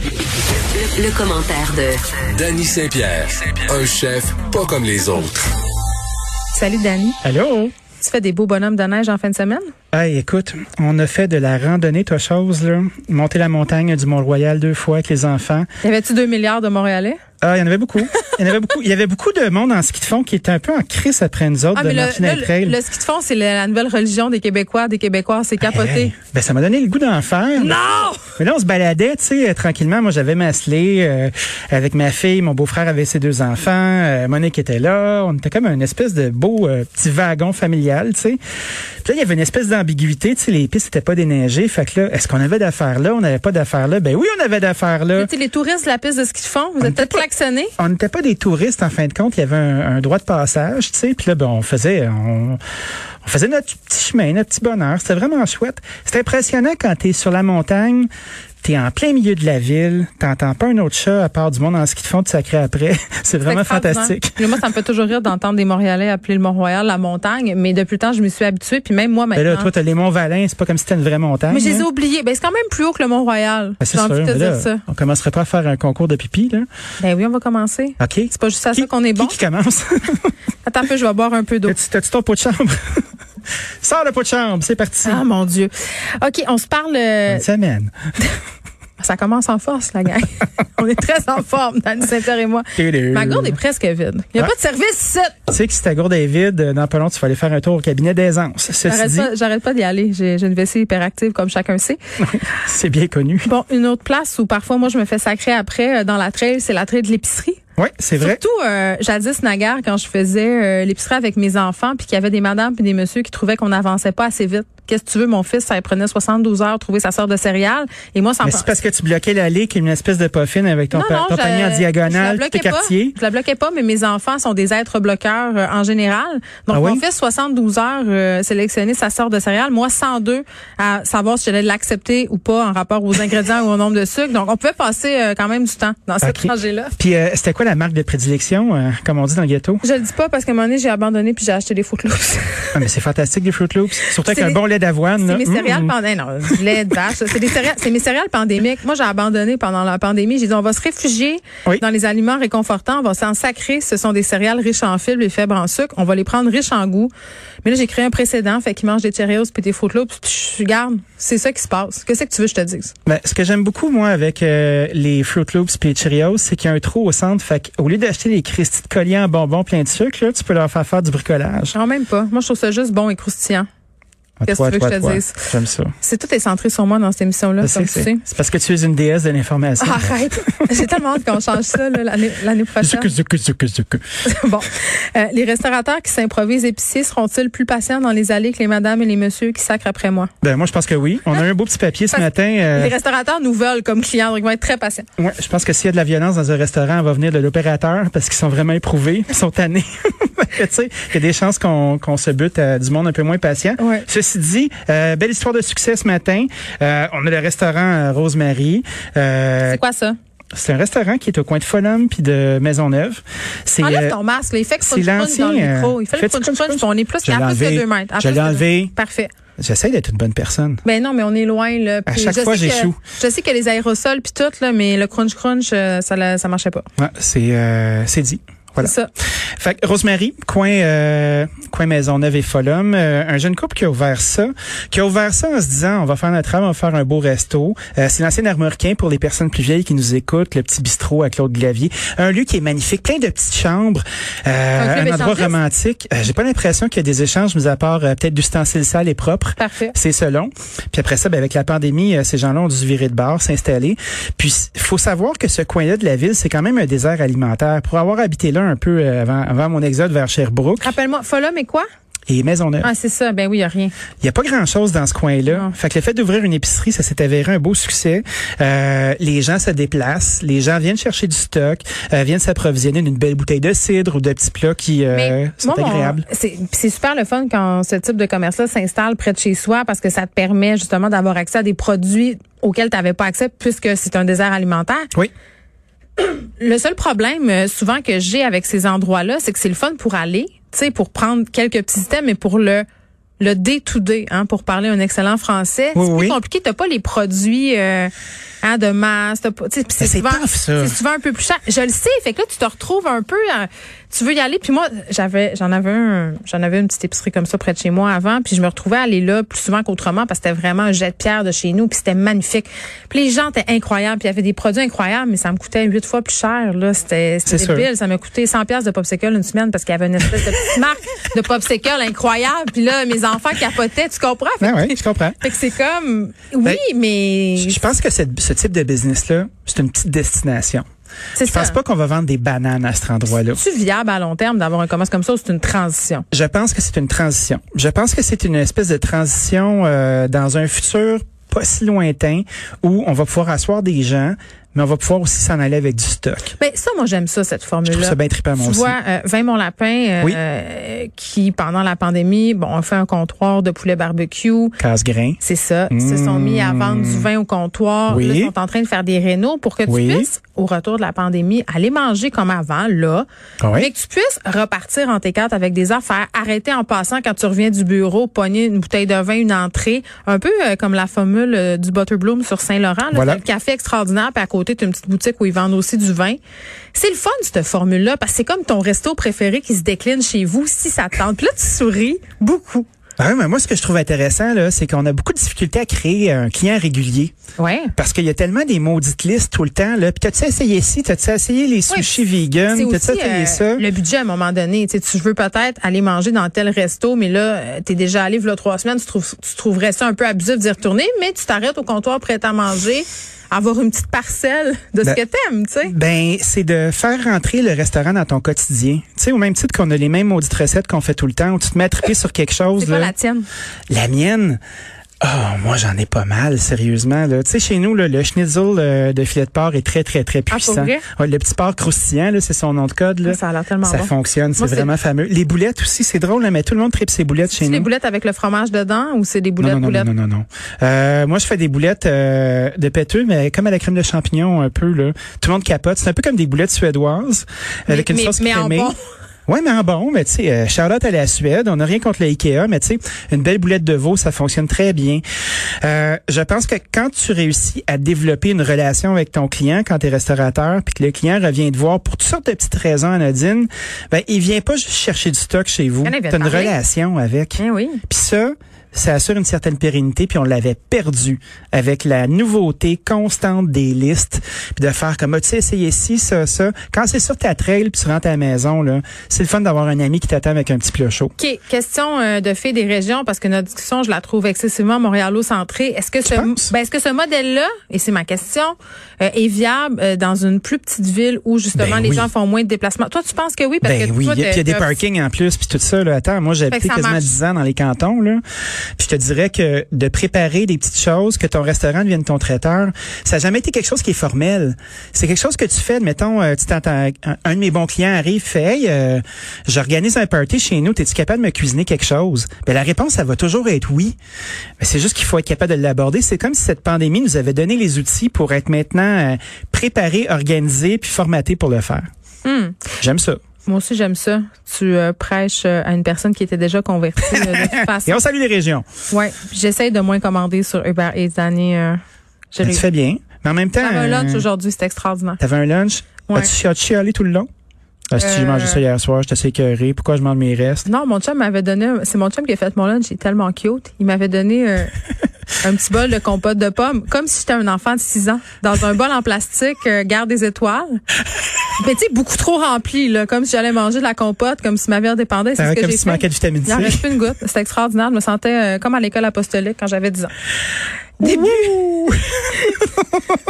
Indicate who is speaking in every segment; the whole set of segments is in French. Speaker 1: Le, le commentaire de
Speaker 2: Danny Saint-Pierre, un chef pas comme les autres.
Speaker 3: Salut Dani.
Speaker 4: Allô?
Speaker 3: Tu fais des beaux bonhommes de neige en fin de semaine?
Speaker 4: Ah, écoute, on a fait de la randonnée, toi chose, là. Monter la montagne du Mont-Royal deux fois avec les enfants.
Speaker 3: Y avait-tu 2 milliards de Montréalais?
Speaker 4: Ah, il y en avait beaucoup. Il y en avait beaucoup. Il y avait beaucoup de monde en ski de fond qui était un peu en crise après nous autres
Speaker 3: Ah,
Speaker 4: de
Speaker 3: mais le,
Speaker 4: Martine
Speaker 3: là,
Speaker 4: et Trail.
Speaker 3: le, le ski de fond, c'est la la nouvelle religion des Québécois. Des Québécois, c'est capoté.
Speaker 4: Hey, ben, ça m'a donné le goût d'en faire.
Speaker 3: Non!
Speaker 4: Mais là, on se baladait, tu sais, euh, tranquillement. Moi, j'avais ma slé, euh, avec ma fille. Mon beau-frère avait ses deux enfants. euh, Monique était là. On était comme un espèce de beau euh, petit wagon familial, tu sais. Puis là, il y avait une espèce d'ambiguïté, tu sais. Les pistes n'étaient pas déneigées. Fait que là, est-ce qu'on avait d'affaires là? On n'avait pas d'affaires là? Ben oui, on avait d'affaires là.
Speaker 3: Tu sais, les touristes de la piste de ski de fond, vous êtes
Speaker 4: était
Speaker 3: peut-être
Speaker 4: pas-
Speaker 3: klaxonnés.
Speaker 4: On n'était pas des touristes en fin de compte, il y avait un, un droit de passage, tu sais, puis là ben, on faisait on, on faisait notre petit chemin, notre petit bonheur, c'était vraiment chouette. C'est impressionnant quand tu es sur la montagne, tu es en plein milieu de la ville, t'entends pas un autre chat à part du monde en ski de fond de sacré après. C'est vraiment
Speaker 3: Extraordinaire.
Speaker 4: fantastique.
Speaker 3: Mais moi, ça me fait toujours rire d'entendre des Montréalais appeler le Mont-Royal la montagne, mais depuis le temps, je me suis habituée, puis même moi
Speaker 4: Mais
Speaker 3: maintenant.
Speaker 4: Ben là toi tu les monts Valin, c'est pas comme si c'était une vraie montagne.
Speaker 3: mais je les ai
Speaker 4: hein.
Speaker 3: oubliés. Ben, c'est quand même plus haut que le Mont-Royal.
Speaker 4: Ben,
Speaker 3: J'ai
Speaker 4: c'est sûr,
Speaker 3: envie de te
Speaker 4: mais
Speaker 3: dire
Speaker 4: là,
Speaker 3: ça.
Speaker 4: on commencerait pas à faire un concours de pipi là.
Speaker 3: Ben oui, on va commencer.
Speaker 4: OK.
Speaker 3: C'est pas juste à ça
Speaker 4: Ah, Qui-
Speaker 3: qu'on est
Speaker 4: qui
Speaker 3: bon.
Speaker 4: qui commence
Speaker 3: Attends un peu, je vais boire un peu d'eau.
Speaker 4: T'as-tu t'as-tu ton pot de chambre Sors le pot de chambre, c'est parti.
Speaker 3: Ah mon Dieu. OK, on se parle. euh,
Speaker 4: Bonne semaine.
Speaker 3: ça commence en force, la gang. on est très en forme, Dani Saint-Pierre et moi.
Speaker 4: Euh.
Speaker 3: Ma gourde est presque vide. Il n'y a
Speaker 4: Ah.
Speaker 3: pas de service ici.
Speaker 4: Tu sais que si ta gourde est vide, euh, dans pas long, tu vas aller faire un tour au cabinet d'aisance. Ceci
Speaker 3: J'arrête
Speaker 4: dit,
Speaker 3: pas, j'arrête pas d'y aller. J'ai j'ai une vessie hyperactive, comme chacun sait.
Speaker 4: c'est bien connu.
Speaker 3: Bon, une autre place où parfois, moi, je me fais sacrer après euh, dans la trail, c'est la trail de l'épicerie.
Speaker 4: Oui, c'est vrai.
Speaker 3: Surtout, euh, jadis, naguère, quand je faisais euh, l'épicerie avec mes enfants, puis qu'il y avait des madames puis des messieurs qui trouvaient qu'on n'avançait pas assez vite. Qu'est-ce que tu veux, mon fils, ça lui prenait 72 heures de trouver sa sorte de céréales. Et moi, ça me
Speaker 4: Mais c'est parce que tu bloquais l'allée qui est une espèce de poffine avec ton,
Speaker 3: Non,
Speaker 4: pa-
Speaker 3: non,
Speaker 4: ton
Speaker 3: je-
Speaker 4: panier en
Speaker 3: je
Speaker 4: diagonale,
Speaker 3: la
Speaker 4: tous
Speaker 3: bloquais
Speaker 4: tes
Speaker 3: pas.
Speaker 4: quartiers.
Speaker 3: Je la bloquais pas, mais mes enfants sont des êtres bloqueurs euh, en général. Donc,
Speaker 4: Ah oui?
Speaker 3: mon fils, 72 heures euh, sélectionné sa sorte de céréales. Moi, 102 à savoir si j'allais l'accepter ou pas en rapport aux ingrédients ou au nombre de sucre. Donc, on pouvait passer euh, quand même du temps dans cette
Speaker 4: Ok.
Speaker 3: rangée-là.
Speaker 4: Puis euh, c'était quoi la marque de prédilection, euh, comme on dit dans le ghetto?
Speaker 3: Je le dis pas parce qu'à un moment donné, j'ai abandonné puis j'ai acheté des Froot Loops.
Speaker 4: Ah, mais c'est fantastique, les Fruit Loops. Surtout avec
Speaker 3: C'est
Speaker 4: un
Speaker 3: les-
Speaker 4: bon lait d'avoine.
Speaker 3: C'est
Speaker 4: là.
Speaker 3: mes
Speaker 4: Mm,
Speaker 3: céréales
Speaker 4: mm.
Speaker 3: pendant non, du lait de vache. C'est des céréales, c'est mes céréales pandémiques. Moi, j'ai abandonné pendant la pandémie. J'ai dit on va se réfugier
Speaker 4: Oui.
Speaker 3: dans les aliments réconfortants, on va s'en sacrer. Ce sont des céréales riches en fibres et faibles en sucre. On va les prendre riches en goût. Mais là, j'ai créé un précédent, fait qu'ils mangent des Cheerios puis des Froot Loops. Puis Je garde, c'est ça qui se passe. Qu'est-ce que tu veux que je te dise
Speaker 4: Ben, ce que j'aime beaucoup, moi, avec euh, les Fruit Loops puis les Cheerios, c'est qu'il y a un trou au centre. Fait au lieu d'acheter les cristis de colliers en bonbons plein de sucre, là, tu peux leur faire faire du bricolage.
Speaker 3: J'en même pas. Moi, je trouve ça juste bon et croustillant.
Speaker 4: Ah,
Speaker 3: Qu'est-ce
Speaker 4: toi,
Speaker 3: que tu veux
Speaker 4: toi,
Speaker 3: que je te
Speaker 4: toi.
Speaker 3: dise?
Speaker 4: J'aime ça.
Speaker 3: C'est tout est centré sur moi dans cette émission-là,
Speaker 4: Je
Speaker 3: comme
Speaker 4: sais
Speaker 3: tu
Speaker 4: que
Speaker 3: sais.
Speaker 4: Ben, c'est c'est parce que tu es une déesse de l'information.
Speaker 3: Ah, Arrête. J'ai tellement hâte qu'on change ça là, l'année l'année prochaine.
Speaker 4: Zuc, zuc, zuc, zuc.
Speaker 3: bon. Euh, les restaurateurs qui s'improvisent épiciers seront-ils plus patients dans les allées que les madames et les messieurs qui sacrent après moi?
Speaker 4: Ben, moi, je pense que oui. On a eu un beau petit papier ce
Speaker 3: Parce-
Speaker 4: matin.
Speaker 3: Les
Speaker 4: euh,
Speaker 3: restaurateurs nous veulent comme clients, donc ils vont être très patients.
Speaker 4: ouais, je pense que s'il y a de la violence dans un restaurant, elle va venir de l'opérateur parce qu'ils sont vraiment éprouvés, ils sont tannés. Tu sais, Il y a des chances qu'on qu'on se bute à du monde un peu moins patient.
Speaker 3: Ouais.
Speaker 4: Ceci dit, euh, belle histoire de succès ce matin. Euh, on a le restaurant euh, Rosemary. Euh,
Speaker 3: C'est quoi ça?
Speaker 4: C'est un restaurant qui est au coin de Folhomme puis de Maisonneuve. C'est
Speaker 3: Enlève
Speaker 4: euh,
Speaker 3: ton masque. là. Il fait que
Speaker 4: c'est
Speaker 3: crunch crunch dans
Speaker 4: l'ancien,
Speaker 3: le micro.
Speaker 4: euh,
Speaker 3: Il fait le
Speaker 4: fais-tu
Speaker 3: crunch
Speaker 4: crunch
Speaker 3: crunch.
Speaker 4: crunch?
Speaker 3: On est plus
Speaker 4: Je
Speaker 3: à
Speaker 4: l'ai
Speaker 3: plus que
Speaker 4: enlevé.
Speaker 3: deux mètres. À
Speaker 4: Je
Speaker 3: plus
Speaker 4: l'ai
Speaker 3: que deux
Speaker 4: enlevé.
Speaker 3: mètres. Parfait.
Speaker 4: j'essaie d'être une bonne personne.
Speaker 3: Ben non, mais on est loin, là. Puis
Speaker 4: chaque
Speaker 3: je
Speaker 4: fois,
Speaker 3: sais que-
Speaker 4: j'échoue.
Speaker 3: Je sais que les aérosols puis tout, là, mais le crunch crunch, euh, ça, la- ça marchait pas.
Speaker 4: Ouais, c'est euh, c'est dit. Voilà.
Speaker 3: C'est ça.
Speaker 4: Fait que Rosemary, coin, euh, coin Maisonneuve et Folhomme, euh, un jeune couple qui a ouvert ça, qui a ouvert ça en se disant, on va faire notre âme, on va faire un beau resto. Euh, c'est l'ancien armoricain pour les personnes plus vieilles qui nous écoutent, le petit bistrot à Claude Glavier. Un lieu qui est magnifique, plein de petites chambres,
Speaker 3: Un
Speaker 4: euh,
Speaker 3: club
Speaker 4: un endroit
Speaker 3: échangiste?
Speaker 4: romantique. Euh, J'ai pas l'impression qu'il y a des échanges, mis à part euh, peut-être d'ustensiles sales et propres.
Speaker 3: Parfait.
Speaker 4: C'est selon. Puis après ça, ben, avec la pandémie, euh, ces gens-là ont dû se virer de bord, s'installer. Puis il faut savoir que ce coin-là de la ville, c'est quand même un désert alimentaire. Pour avoir habité là un peu euh, avant, avant mon exode vers Sherbrooke
Speaker 3: Rappelle-moi, Fola, mais quoi?
Speaker 4: et Maisonneuve,
Speaker 3: Ah, c'est ça. Ben oui, y a rien.
Speaker 4: il n'y a pas grand-chose dans ce coin-là. Fait que le fait d'ouvrir une épicerie, ça s'est avéré un beau succès. Euh, les gens se déplacent, les gens viennent chercher du stock, euh, viennent s'approvisionner d'une belle bouteille de cidre ou de petits plats qui euh,
Speaker 3: Mais
Speaker 4: sont
Speaker 3: moi, mon-
Speaker 4: agréables.
Speaker 3: c'est- puis c'est super le fun quand ce type de commerce-là s'installe près de chez soi parce que ça te permet justement d'avoir accès à des produits auxquels tu n'avais pas accès puisque c'est un désert alimentaire.
Speaker 4: Oui.
Speaker 3: Le seul problème euh, souvent que j'ai avec ces endroits-là, c'est que c'est le fun pour aller, tu sais, pour prendre quelques petits items, mais pour le le day-to-day, hein, pour parler un excellent français.
Speaker 4: Oui,
Speaker 3: c'est plus
Speaker 4: oui.
Speaker 3: compliqué, t'as pas les produits euh, hein, de masse, t'as pas- tu sais, puis
Speaker 4: Mais Ben, c'est
Speaker 3: souvent,
Speaker 4: tough, ça.
Speaker 3: c'est souvent un peu plus cher. Je le sais, fait que là, tu te retrouves un peu, à- tu veux y aller, puis moi, j'avais, j'en avais un, j'en avais une petite épicerie comme ça près de chez moi avant, puis je me retrouvais à aller là plus souvent qu'autrement parce que c'était vraiment un jet de pierre de chez nous, puis c'était magnifique. Puis les gens étaient incroyables, puis il y avait des produits incroyables, mais ça me coûtait huit fois plus cher, là, c'était, c'était
Speaker 4: C'est
Speaker 3: débile. Ça m'a coûté 100 pièces de popsicle une semaine parce qu'il y avait une espèce de petite marque de popsicle incroyable, puis là, mes enfants capotaient, tu comprends? Fait
Speaker 4: Ah
Speaker 3: que-
Speaker 4: ouais, je comprends.
Speaker 3: fait que c'est comme, oui,
Speaker 4: Ben,
Speaker 3: mais
Speaker 4: Je pense que cette- ce type de business-là, c'est une petite destination.
Speaker 3: c'est
Speaker 4: Je pense
Speaker 3: ça.
Speaker 4: pas qu'on va vendre des bananes à cet endroit-là.
Speaker 3: C'est viable à long terme d'avoir un commerce comme ça ou c'est une transition?
Speaker 4: Je pense que c'est une transition. Je pense que c'est une espèce de transition euh, dans un futur pas si lointain où on va pouvoir asseoir des gens, mais on va pouvoir aussi s'en aller avec du stock.
Speaker 3: Ben, ça, moi, j'aime ça, cette formule-là.
Speaker 4: Je trouve ça bien trippant, moi
Speaker 3: Tu
Speaker 4: aussi.
Speaker 3: vois, euh, Vin Mon Lapin, euh,
Speaker 4: Oui.
Speaker 3: euh, qui, pendant la pandémie, bon, on fait un comptoir de poulet barbecue.
Speaker 4: Casse-grain.
Speaker 3: C'est ça. Ils se sont mis à vendre du vin au comptoir.
Speaker 4: Hmm. Oui.
Speaker 3: Là, ils sont en train de faire des rénaux pour que tu
Speaker 4: Oui.
Speaker 3: puisses, au retour de la pandémie, aller manger comme avant, là.
Speaker 4: Ah oui?
Speaker 3: Mais que tu puisses repartir en T4 avec des affaires, arrêter en passant quand tu reviens du bureau, pogner une bouteille de vin, une entrée. Un peu euh, comme la formule euh, du Butterbloom sur Saint-Laurent. là.
Speaker 4: Voilà.
Speaker 3: C'est Le café extraordinaire, puis à côté, tu une petite boutique où ils vendent aussi du vin. C'est le fun, cette formule-là, parce que c'est comme ton resto préféré qui se décline chez vous, si ça te tente. Puis là, tu souris beaucoup.
Speaker 4: Ah oui, mais moi, ce que je trouve intéressant, là, c'est qu'on a beaucoup de difficultés à créer euh, un client régulier.
Speaker 3: Ouais.
Speaker 4: Parce qu'il y a tellement des maudites listes tout le temps, là. Puis t'as-tu essayé ci? T'as-tu essayé les sushis vegan?
Speaker 3: C'est
Speaker 4: T'as-tu
Speaker 3: aussi,
Speaker 4: essayé
Speaker 3: euh,
Speaker 4: ça?
Speaker 3: le budget à un moment donné. Tu, sais, tu veux peut-être aller manger dans tel resto, mais là, tu es déjà allé v'là trois semaines, tu, trouves, tu trouverais ça un peu abusif d'y retourner, mais tu t'arrêtes au comptoir prêt à manger, avoir une petite parcelle de
Speaker 4: Ben,
Speaker 3: ce que t'aimes, tu sais.
Speaker 4: Ben, c'est de faire rentrer le restaurant dans ton quotidien. Tu sais, au même titre qu'on a les mêmes maudites recettes qu'on fait tout le temps, où tu te mets à triper sur quelque chose.
Speaker 3: C'est quoi
Speaker 4: là.
Speaker 3: la tienne?
Speaker 4: La mienne? Oh, moi, j'en ai pas mal, sérieusement. là. Tu sais, chez nous, là, le schnitzel euh, de filet de porc est très, très, très
Speaker 3: Ah, pour
Speaker 4: puissant.
Speaker 3: vrai?
Speaker 4: Ouais, le petit porc croustillant, là, c'est son nom de code. Là.
Speaker 3: Ah, ça a l'air tellement
Speaker 4: Ça
Speaker 3: bon.
Speaker 4: fonctionne, c'est
Speaker 3: Moi, c'est-
Speaker 4: vraiment fameux. Les boulettes aussi, c'est drôle, là, mais tout le monde tripe ses boulettes chez
Speaker 3: C'est
Speaker 4: nous.
Speaker 3: des boulettes avec le fromage dedans ou c'est des boulettes
Speaker 4: non, non, non,
Speaker 3: boulettes?
Speaker 4: non, non, non. Euh, moi, je fais des boulettes euh, de péteux, mais comme à la crème de champignon, un peu, là. Tout le monde capote. C'est un peu comme des boulettes suédoises, avec une
Speaker 3: mais-
Speaker 4: sauce
Speaker 3: mais en
Speaker 4: crémée.
Speaker 3: bon.
Speaker 4: Ouais, mais en bon, mais tu sais, euh, Charlotte à la Suède, on n'a rien contre le Ikea, mais tu sais, une belle boulette de veau, ça fonctionne très bien. Euh, je pense que quand tu réussis à développer une relation avec ton client, quand tu es restaurateur, puis que le client revient te voir pour toutes sortes de petites raisons anodines, ben il vient pas juste chercher du stock chez vous.
Speaker 3: Il y en
Speaker 4: T'as
Speaker 3: avait
Speaker 4: une
Speaker 3: parlé.
Speaker 4: relation avec.
Speaker 3: Eh oui.
Speaker 4: Puis ça, ça assure une certaine pérennité, puis on l'avait perdu avec la nouveauté constante des listes, puis de faire comme, Ah, tu sais, essayer ci, ça, ça. Quand c'est sur ta trail, puis tu rentres à la maison, là, c'est le fun d'avoir un ami qui t'attend avec un petit plat chaud.
Speaker 3: OK. Question euh, de fait des régions, parce que notre discussion, je la trouve excessivement montréalo-centrée. Est-ce que, ce,
Speaker 4: penses?
Speaker 3: ben, est-ce que ce modèle-là, et c'est ma question, euh, est viable euh, dans une plus petite ville où, justement,
Speaker 4: Ben
Speaker 3: les
Speaker 4: oui.
Speaker 3: gens font moins de déplacements? Toi, tu penses que oui? Parce
Speaker 4: Ben
Speaker 3: que
Speaker 4: oui,
Speaker 3: toi,
Speaker 4: il y a,
Speaker 3: t'as-
Speaker 4: puis il y a des
Speaker 3: t'as-
Speaker 4: parkings en plus, puis tout ça. Là. Attends, moi j'ai
Speaker 3: Fait que
Speaker 4: habité
Speaker 3: ça
Speaker 4: quasiment
Speaker 3: marche.
Speaker 4: 10 ans dans les cantons. Là. Puis je te dirais que de préparer des petites choses, que ton restaurant devienne ton traiteur, ça n'a jamais été quelque chose qui est formel. C'est quelque chose que tu fais, mettons, tu t'entends, un, un de mes bons clients arrive, fait, hey, euh, j'organise un party chez nous, es-tu capable de me cuisiner quelque chose? Ben, la réponse, ça va toujours être oui. Mais c'est juste qu'il faut être capable de l'aborder. C'est comme si cette pandémie nous avait donné les outils pour être maintenant euh, préparé, organisé, puis formaté pour le faire.
Speaker 3: Hmm.
Speaker 4: J'aime ça.
Speaker 3: Moi aussi, j'aime ça. Tu euh, prêches euh, à une personne qui était déjà convertie euh, de toute
Speaker 4: Et
Speaker 3: façon.
Speaker 4: on salue les régions.
Speaker 3: Ouais. Puis J'essaie de moins commander sur Uber et années. Euh, j'ai
Speaker 4: Tu
Speaker 3: réussi.
Speaker 4: fais bien. Mais en même temps.
Speaker 3: J'avais un lunch
Speaker 4: euh,
Speaker 3: aujourd'hui, c'était extraordinaire.
Speaker 4: T'avais un lunch.
Speaker 3: Ouais.
Speaker 4: As-tu chi- as-tu chialé tout le long? Parce que j'ai
Speaker 3: Euh,
Speaker 4: mangé ça hier soir, j'étais assez écœuré. Pourquoi je mange mes restes?
Speaker 3: Non, mon chum m'avait donné. un- C'est mon chum qui a fait mon lunch. Il est tellement cute. Il m'avait donné euh, un petit bol de compote de pommes, comme si j'étais un enfant de 6 ans, dans un bol en plastique, euh, garde des étoiles. Mais tu sais, beaucoup trop rempli, là, comme si j'allais manger de la compote, comme si ma vie en dépendait. C'est
Speaker 4: Ça
Speaker 3: ce
Speaker 4: va
Speaker 3: que
Speaker 4: comme
Speaker 3: j'ai
Speaker 4: si tu
Speaker 3: fait.
Speaker 4: manquais de vitamine
Speaker 3: Il en reste
Speaker 4: C.
Speaker 3: plus une goutte. C'était extraordinaire. Je me sentais euh, comme à l'école apostolique quand j'avais 10 ans. Début.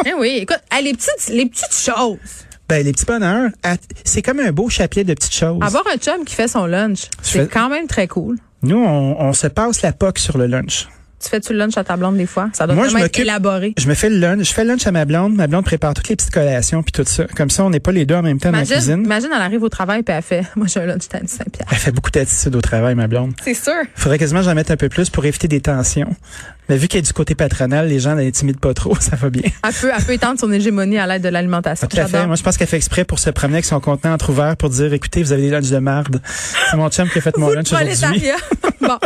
Speaker 3: Eh oui, écoute, ah, les petites, les petites choses.
Speaker 4: Ben, les petits bonheurs, à- c'est comme un beau chapelet de petites choses.
Speaker 3: Avoir un chum qui fait son lunch, c'est
Speaker 4: fais-
Speaker 3: quand même très cool.
Speaker 4: Nous, on, on se passe la POC sur le lunch.
Speaker 3: Tu fais-tu le lunch à ta blonde des fois? Ça doit
Speaker 4: Moi, je
Speaker 3: vraiment être
Speaker 4: m'occupe-
Speaker 3: élaboré.
Speaker 4: Je me fais le lunch, je fais le lunch à ma blonde, ma blonde prépare toutes les petites collations puis tout ça. Comme ça, on n'est pas les deux en même temps dans la
Speaker 3: Imagine,
Speaker 4: cuisine.
Speaker 3: imagine, elle arrive au travail puis elle fait Moi, j'ai un lunch à Saint-Pierre.
Speaker 4: Elle fait beaucoup d'attitude au travail, ma blonde.
Speaker 3: C'est sûr.
Speaker 4: Faudrait quasiment que j'en mette un peu plus pour éviter des tensions. Mais vu qu'elle est du côté patronal, les gens n'intimident pas trop, ça va bien.
Speaker 3: Elle peut, elle peut étendre son hégémonie à l'aide de l'alimentation.
Speaker 4: Ah, Tout à fait.
Speaker 3: J'adore.
Speaker 4: Moi, je pense qu'elle fait exprès pour se promener avec son contenant entre ouvert pour dire, écoutez, vous avez des lunchs de marde. C'est mon chum qui a fait mon
Speaker 3: Vous de
Speaker 4: lunch aujourd'hui.
Speaker 3: prolétariat. bon,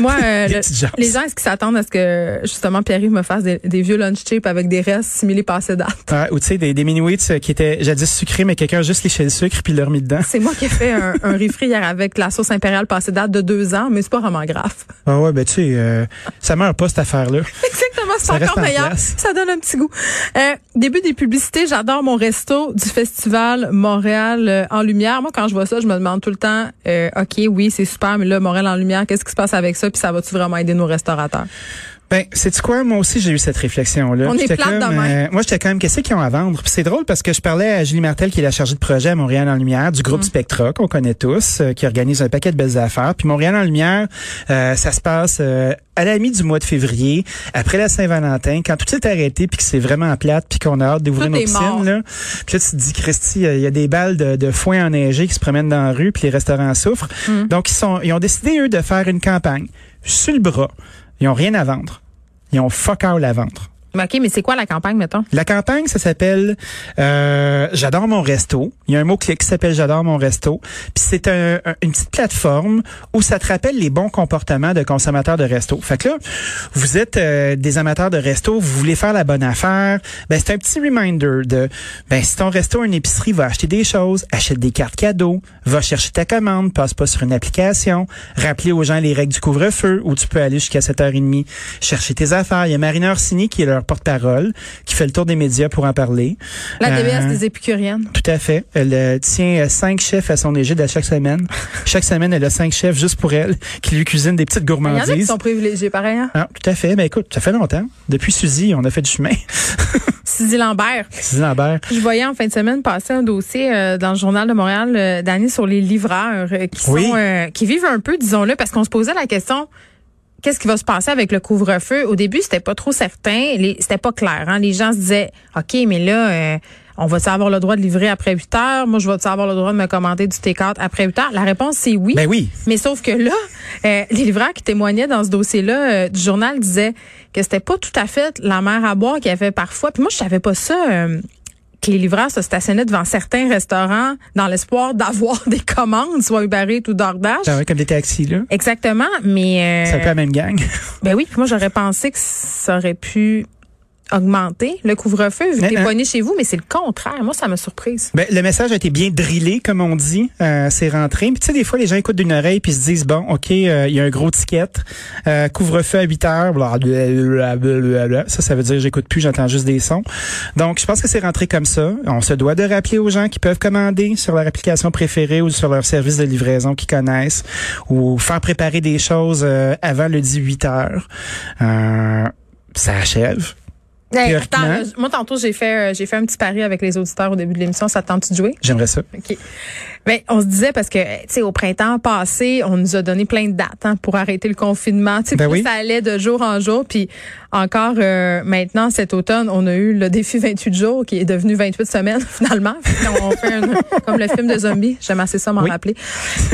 Speaker 3: moi, euh,
Speaker 4: Des
Speaker 3: le-
Speaker 4: petites jambes.
Speaker 3: les gens, est-ce qu'ils s'attendent à ce que, justement, Pierre-Yves me fasse des, des vieux lunch chips avec des restes similés passés date?
Speaker 4: Ouais, ou tu sais, des, des mini-wheats euh, qui étaient jadis sucrés, mais quelqu'un a juste léché le sucre puis l'a remis dedans.
Speaker 3: C'est moi qui ai fait un, un riz frit hier avec la sauce impériale passée date de deux ans, mais c'est pas vraiment grave.
Speaker 4: Ah ouais, ben tu sais, euh, ça meurt pas cette affaire-là.
Speaker 3: Exactement, c'est
Speaker 4: Ça
Speaker 3: encore
Speaker 4: reste en
Speaker 3: meilleur.
Speaker 4: place.
Speaker 3: Ça donne un petit goût. Euh, début des publicités, j'adore mon resto du festival Montréal euh, en lumière. Moi, quand je vois ça, je me demande tout le temps, euh, ok, oui, c'est super, mais là, Montréal en lumière, qu'est-ce qui se passe avec ça, puis ça va-tu vraiment aider nos restaurateurs
Speaker 4: Ben, c'est quoi Moi aussi, j'ai eu cette réflexion-là.
Speaker 3: On est
Speaker 4: J'étais
Speaker 3: plate
Speaker 4: comme,
Speaker 3: de même.
Speaker 4: euh, Moi, j'étais quand même, qu'est-ce qu'ils ont à vendre Puis c'est drôle parce que je parlais à Julie Martel, qui est la chargée de projet à Montréal en Lumière du
Speaker 3: Mm.
Speaker 4: groupe Spectra, qu'on connaît tous, euh, qui organise un paquet de belles affaires. Puis Montréal en Lumière, euh, ça se passe euh, à la mi du mois de février, après la Saint-Valentin, quand tout s'est arrêté, puis que c'est vraiment plate, puis qu'on a hâte d'ouvrir
Speaker 3: Tout
Speaker 4: nos
Speaker 3: est mort.
Speaker 4: piscines. Là. Puis là, tu te dis, Christy, euh, il y a des balles de, de foin enneigé qui se promènent dans la rue, puis les restaurants souffrent.
Speaker 3: Mm.
Speaker 4: Donc, ils, sont, ils ont décidé, eux, de faire une campagne sur le bras. Ils ont rien à vendre. Ils ont fuck all à vendre.
Speaker 3: Mais ok, mais c'est quoi la campagne, mettons
Speaker 4: La campagne, ça s'appelle euh, J'adore mon resto. Il y a un mot clic qui s'appelle J'adore mon resto. Puis c'est un- un- une petite plateforme où ça te rappelle les bons comportements de consommateurs de resto. Fait que là, vous êtes euh, des amateurs de resto, vous voulez faire la bonne affaire. Ben c'est un petit reminder de ben si ton resto a une épicerie, va acheter des choses, achète des cartes cadeaux, va chercher ta commande, passe pas sur une application, rappeler aux gens les règles du couvre-feu où tu peux aller jusqu'à 7h30 chercher tes affaires. Il y a Marina Orsini qui est leur porte-parole, qui fait le tour des médias pour en parler.
Speaker 3: La TBS
Speaker 4: Euh,
Speaker 3: des épicuriennes.
Speaker 4: Tout à fait. Elle euh, tient euh, cinq chefs à son égide à chaque semaine. chaque semaine, elle a cinq chefs juste pour elle qui lui cuisinent des petites
Speaker 3: Il y en a qui
Speaker 4: gourmandises.
Speaker 3: sont privilégiés, pareil. Hein?
Speaker 4: Ah, tout à fait. Mais écoute, ça fait longtemps. Depuis Suzy, on a fait du chemin.
Speaker 3: Suzy Lambert.
Speaker 4: Suzy Lambert.
Speaker 3: Je voyais en fin de semaine passer un dossier euh, dans le journal de Montréal euh, d'année sur les livreurs euh, qui sont
Speaker 4: Oui.
Speaker 3: euh, qui vivent un peu, disons-le, parce qu'on se posait la question qu'est-ce qui va se passer avec le couvre-feu Au début, c'était pas trop certain, les- c'était pas clair. hein. Les gens se disaient ok, mais là. euh, on va-tu avoir le droit de livrer après 8 heures? Moi, je vais-tu avoir le droit de me commander du T4 après 8 heures? La réponse, c'est oui.
Speaker 4: Ben oui.
Speaker 3: Mais sauf que là, euh, les livreurs qui témoignaient dans ce dossier-là euh, du journal disaient que c'était pas tout à fait la mer à boire qu'il y avait parfois. Puis moi, je savais pas ça. euh, que les livreurs se stationnaient devant certains restaurants dans l'espoir d'avoir des commandes, soit Uber Eats ou DoorDash.
Speaker 4: Ah ouais, comme des taxis, là.
Speaker 3: Exactement, mais euh,
Speaker 4: C'est un peu la même gang.
Speaker 3: ben oui, puis moi j'aurais pensé que ça aurait pu augmenter le couvre-feu vu que
Speaker 4: Mais hein?
Speaker 3: t'es
Speaker 4: non.
Speaker 3: poigné chez vous, mais c'est le contraire. Moi, ça m'a surprise.
Speaker 4: Ben, le message a été bien drillé, comme on dit. Euh, c'est rentré. Puis tu sais, des fois, les gens écoutent d'une oreille puis se disent, bon, OK, euh, il y a un gros ticket. Euh, couvre-feu à 8 heures. blablabla. Ça, ça veut dire j'écoute plus, j'entends juste des sons. Donc, je pense que c'est rentré comme ça. On se doit de rappeler aux gens qui peuvent commander sur leur application préférée ou sur leur service de livraison qu'ils connaissent ou faire préparer des choses euh, avant le 18 heures. Euh, ça achève.
Speaker 3: Hey,
Speaker 4: Théoriquement-
Speaker 3: attends, là, j- moi tantôt j'ai fait euh, j'ai fait un petit pari avec les auditeurs au début de l'émission. Ça te tente de jouer?
Speaker 4: J'aimerais ça.
Speaker 3: OK. Mais on se disait parce que tu sais au printemps passé, on nous a donné plein de dates hein, pour arrêter le confinement, tu sais
Speaker 4: Ben
Speaker 3: plus
Speaker 4: oui.
Speaker 3: ça allait de jour en jour puis encore euh, maintenant cet automne, on a eu le défi 28 jours qui est devenu 28 semaines finalement. Puis on fait un- comme le film de zombie, j'aime assez ça m'en
Speaker 4: Oui.
Speaker 3: rappeler.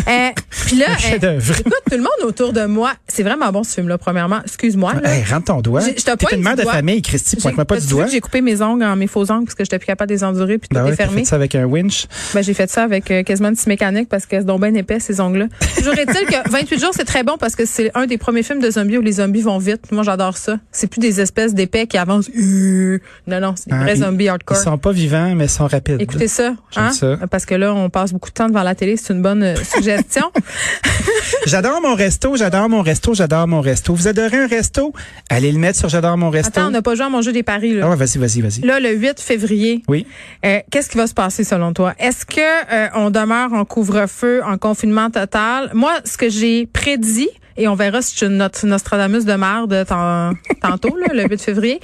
Speaker 3: Euh, puis là
Speaker 4: Un chef-d'œuvre.
Speaker 3: euh, écoute tout le monde autour de moi, c'est vraiment bon ce film là premièrement, excuse-moi là.
Speaker 4: Hey, rentre ton doigt.
Speaker 3: J'ai- je te
Speaker 4: T'es
Speaker 3: pointe
Speaker 4: une
Speaker 3: du
Speaker 4: mère de
Speaker 3: doigt.
Speaker 4: famille, Christy,
Speaker 3: J'ai-
Speaker 4: pointe-moi pas
Speaker 3: t'as-tu
Speaker 4: du
Speaker 3: vu
Speaker 4: doigts.
Speaker 3: que J'ai coupé mes ongles en mes faux ongles parce que j'étais plus capable de les endurer puis tout
Speaker 4: Ben
Speaker 3: est
Speaker 4: ouais, t'as
Speaker 3: fermé.
Speaker 4: fait ça avec un winch.
Speaker 3: Ben, j'ai fait ça avec euh, quasiment une petite mécanique parce que c'est donc bien épais, ces ongles-là. Toujours est-il que 28 jours, c'est très bon parce que c'est un des premiers films de zombies où les zombies vont vite. Moi, j'adore ça. C'est plus des espèces d'épais qui avancent. Euh, Non, non, c'est des
Speaker 4: Ah,
Speaker 3: vrais
Speaker 4: ils-
Speaker 3: zombies hardcore.
Speaker 4: Ils sont pas vivants, mais ils sont rapides.
Speaker 3: Écoutez ça,
Speaker 4: J'aime
Speaker 3: hein?
Speaker 4: ça.
Speaker 3: Parce que là, on passe beaucoup de temps devant la télé. C'est une bonne euh, suggestion.
Speaker 4: J'adore mon resto, j'adore mon resto, j'adore mon resto. Vous adorez un resto? Allez le mettre sur J'adore mon resto.
Speaker 3: Attends, on n'a pas joué à mon jeu des paris, là.
Speaker 4: Ah ouais, vas-y, vas-y, vas-y.
Speaker 3: Là, le 8 février,
Speaker 4: Oui.
Speaker 3: euh, qu'est-ce qui va se passer selon toi? Est-ce que euh, on demeure en couvre-feu, en confinement total? Moi, ce que j'ai prédit, et on verra si tu notre Nostradamus de marde tan- tantôt, là, le 8 février,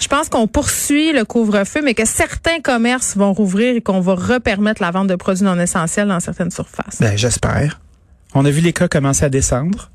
Speaker 3: je pense qu'on poursuit le couvre-feu, mais que certains commerces vont rouvrir et qu'on va repermettre la vente de produits non essentiels dans certaines surfaces.
Speaker 4: Ben, j'espère. On a vu les cas commencer à descendre.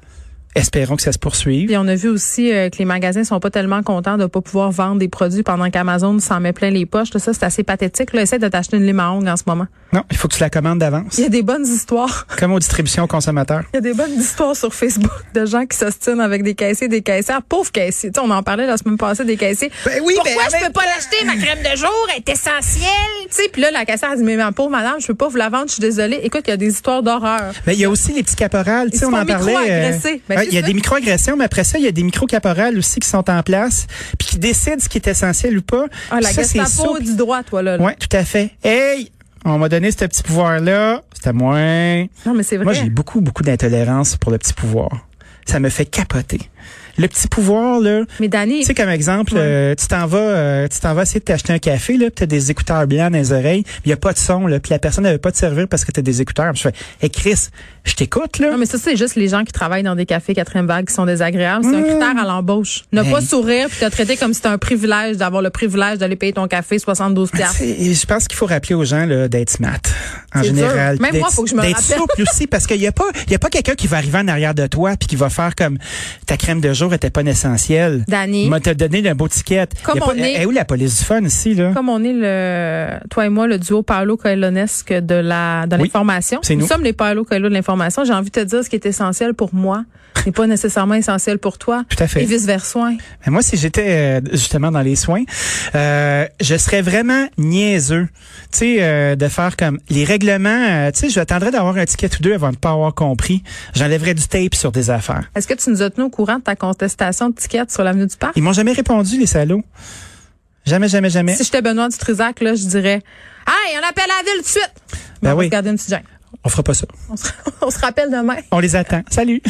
Speaker 4: Espérons que ça se poursuive.
Speaker 3: Puis on a vu aussi euh, que les magasins sont pas tellement contents de pas pouvoir vendre des produits pendant qu'Amazon s'en met plein les poches. Là, ça, c'est assez pathétique. Là, essaie de t'acheter une lime à ongles en ce moment.
Speaker 4: Non, il faut que tu la commandes d'avance.
Speaker 3: Il y a des bonnes histoires.
Speaker 4: Comme aux distributions consommateurs.
Speaker 3: Il y a des bonnes histoires sur Facebook de gens qui s'ostinent avec des caissiers, des caissières. Pauvres caissiers. Tu sais, on en parlait la semaine passée des caissiers.
Speaker 4: Ben oui,
Speaker 3: Pourquoi
Speaker 4: mais en
Speaker 3: je peux pas l'acheter? Ma crème de jour est essentielle. Tu sais, puis là, la caissière elle dit, mais ma pauvre madame, je peux pas vous la vendre. Je suis désolée. Écoute, il y a des histoires d'horreur.
Speaker 4: Mais il y a aussi les petits caporales, tu
Speaker 3: Ils
Speaker 4: sais,
Speaker 3: se
Speaker 4: on
Speaker 3: font
Speaker 4: en parlait. euh,
Speaker 3: micro-agresser. Ben,
Speaker 4: ouais,
Speaker 3: c'est
Speaker 4: il y a
Speaker 3: ça.
Speaker 4: des micro-agressions, mais après ça, il y a des micro-caporales aussi qui sont en place, puis qui décident ce qui est essentiel ou pas.
Speaker 3: Ah, la
Speaker 4: ça, c'est
Speaker 3: Gestapo
Speaker 4: souple.
Speaker 3: du droit, toi, là. là.
Speaker 4: Ouais, tout à fait. Hey, on m'a donné ce petit pouvoir-là, c'est à moi.
Speaker 3: Non, mais c'est vrai.
Speaker 4: Moi, j'ai beaucoup, beaucoup d'intolérance pour le petit pouvoir. Ça me fait capoter. Le petit pouvoir, là.
Speaker 3: mais Danny,
Speaker 4: Tu sais, comme exemple,
Speaker 3: Ouais.
Speaker 4: euh, tu t'en vas, euh, tu t'en vas essayer de t'acheter un café, là, tu as des écouteurs blancs dans les oreilles, il y a pas de son, là, puis la personne ne veut pas te servir parce que tu as des écouteurs. Puis Je fais, hey Chris, je t'écoute, là.
Speaker 3: Non, mais ça, c'est juste les gens qui travaillent dans des cafés quatrième vague qui sont désagréables. C'est un critère à l'embauche. Ne
Speaker 4: Mmh. Ben.
Speaker 3: pas sourire puis te traiter comme si c'était un privilège d'avoir le privilège d'aller payer ton café 72
Speaker 4: Tu sais, et Je pense qu'il faut rappeler aux gens là, d'être smart en
Speaker 3: C'est
Speaker 4: général.
Speaker 3: dur. Même
Speaker 4: D'être-
Speaker 3: moi, faut que je me
Speaker 4: D'être
Speaker 3: rappelle.
Speaker 4: souple aussi parce qu'il y a pas, il y a pas quelqu'un qui va arriver en arrière de toi puis qui va faire comme ta crème de jour était pas essentielle.
Speaker 3: Danny.
Speaker 4: Il m'a te donné un beau ticket.
Speaker 3: Comme
Speaker 4: Il y a pas-
Speaker 3: on est-
Speaker 4: Eh, où la police du fun ici là
Speaker 3: Comme on est le, toi et moi, le duo Paolo Coelhonesque de la, de
Speaker 4: Oui,
Speaker 3: l'information.
Speaker 4: c'est nous.
Speaker 3: sommes les Paolo Coelho de l'information. J'ai envie de te dire ce qui est essentiel pour moi n'est pas nécessairement essentiel pour toi.
Speaker 4: Tout à fait.
Speaker 3: Et vice versa.
Speaker 4: Mais moi, si j'étais euh, justement dans les soins, euh, je serais vraiment niaiseux, tu sais, euh, de faire comme les règlements. euh, tu sais, j'attendrais d'avoir un ticket ou deux avant de pas avoir compris. J'enlèverais du tape sur des affaires.
Speaker 3: Est-ce que tu nous as tenus au courant de ta contestation de tickets sur l'avenue du Parc?
Speaker 4: Ils m'ont jamais répondu les salauds. Jamais, jamais, jamais.
Speaker 3: Si j'étais Benoît Dutrisac, là, je dirais, hey, on appelle la ville tout de suite.
Speaker 4: Ben
Speaker 3: on va
Speaker 4: oui.
Speaker 3: se garder une petite gêne.
Speaker 4: On fera pas ça.
Speaker 3: On se, on se rappelle demain.
Speaker 4: On les attend. Salut.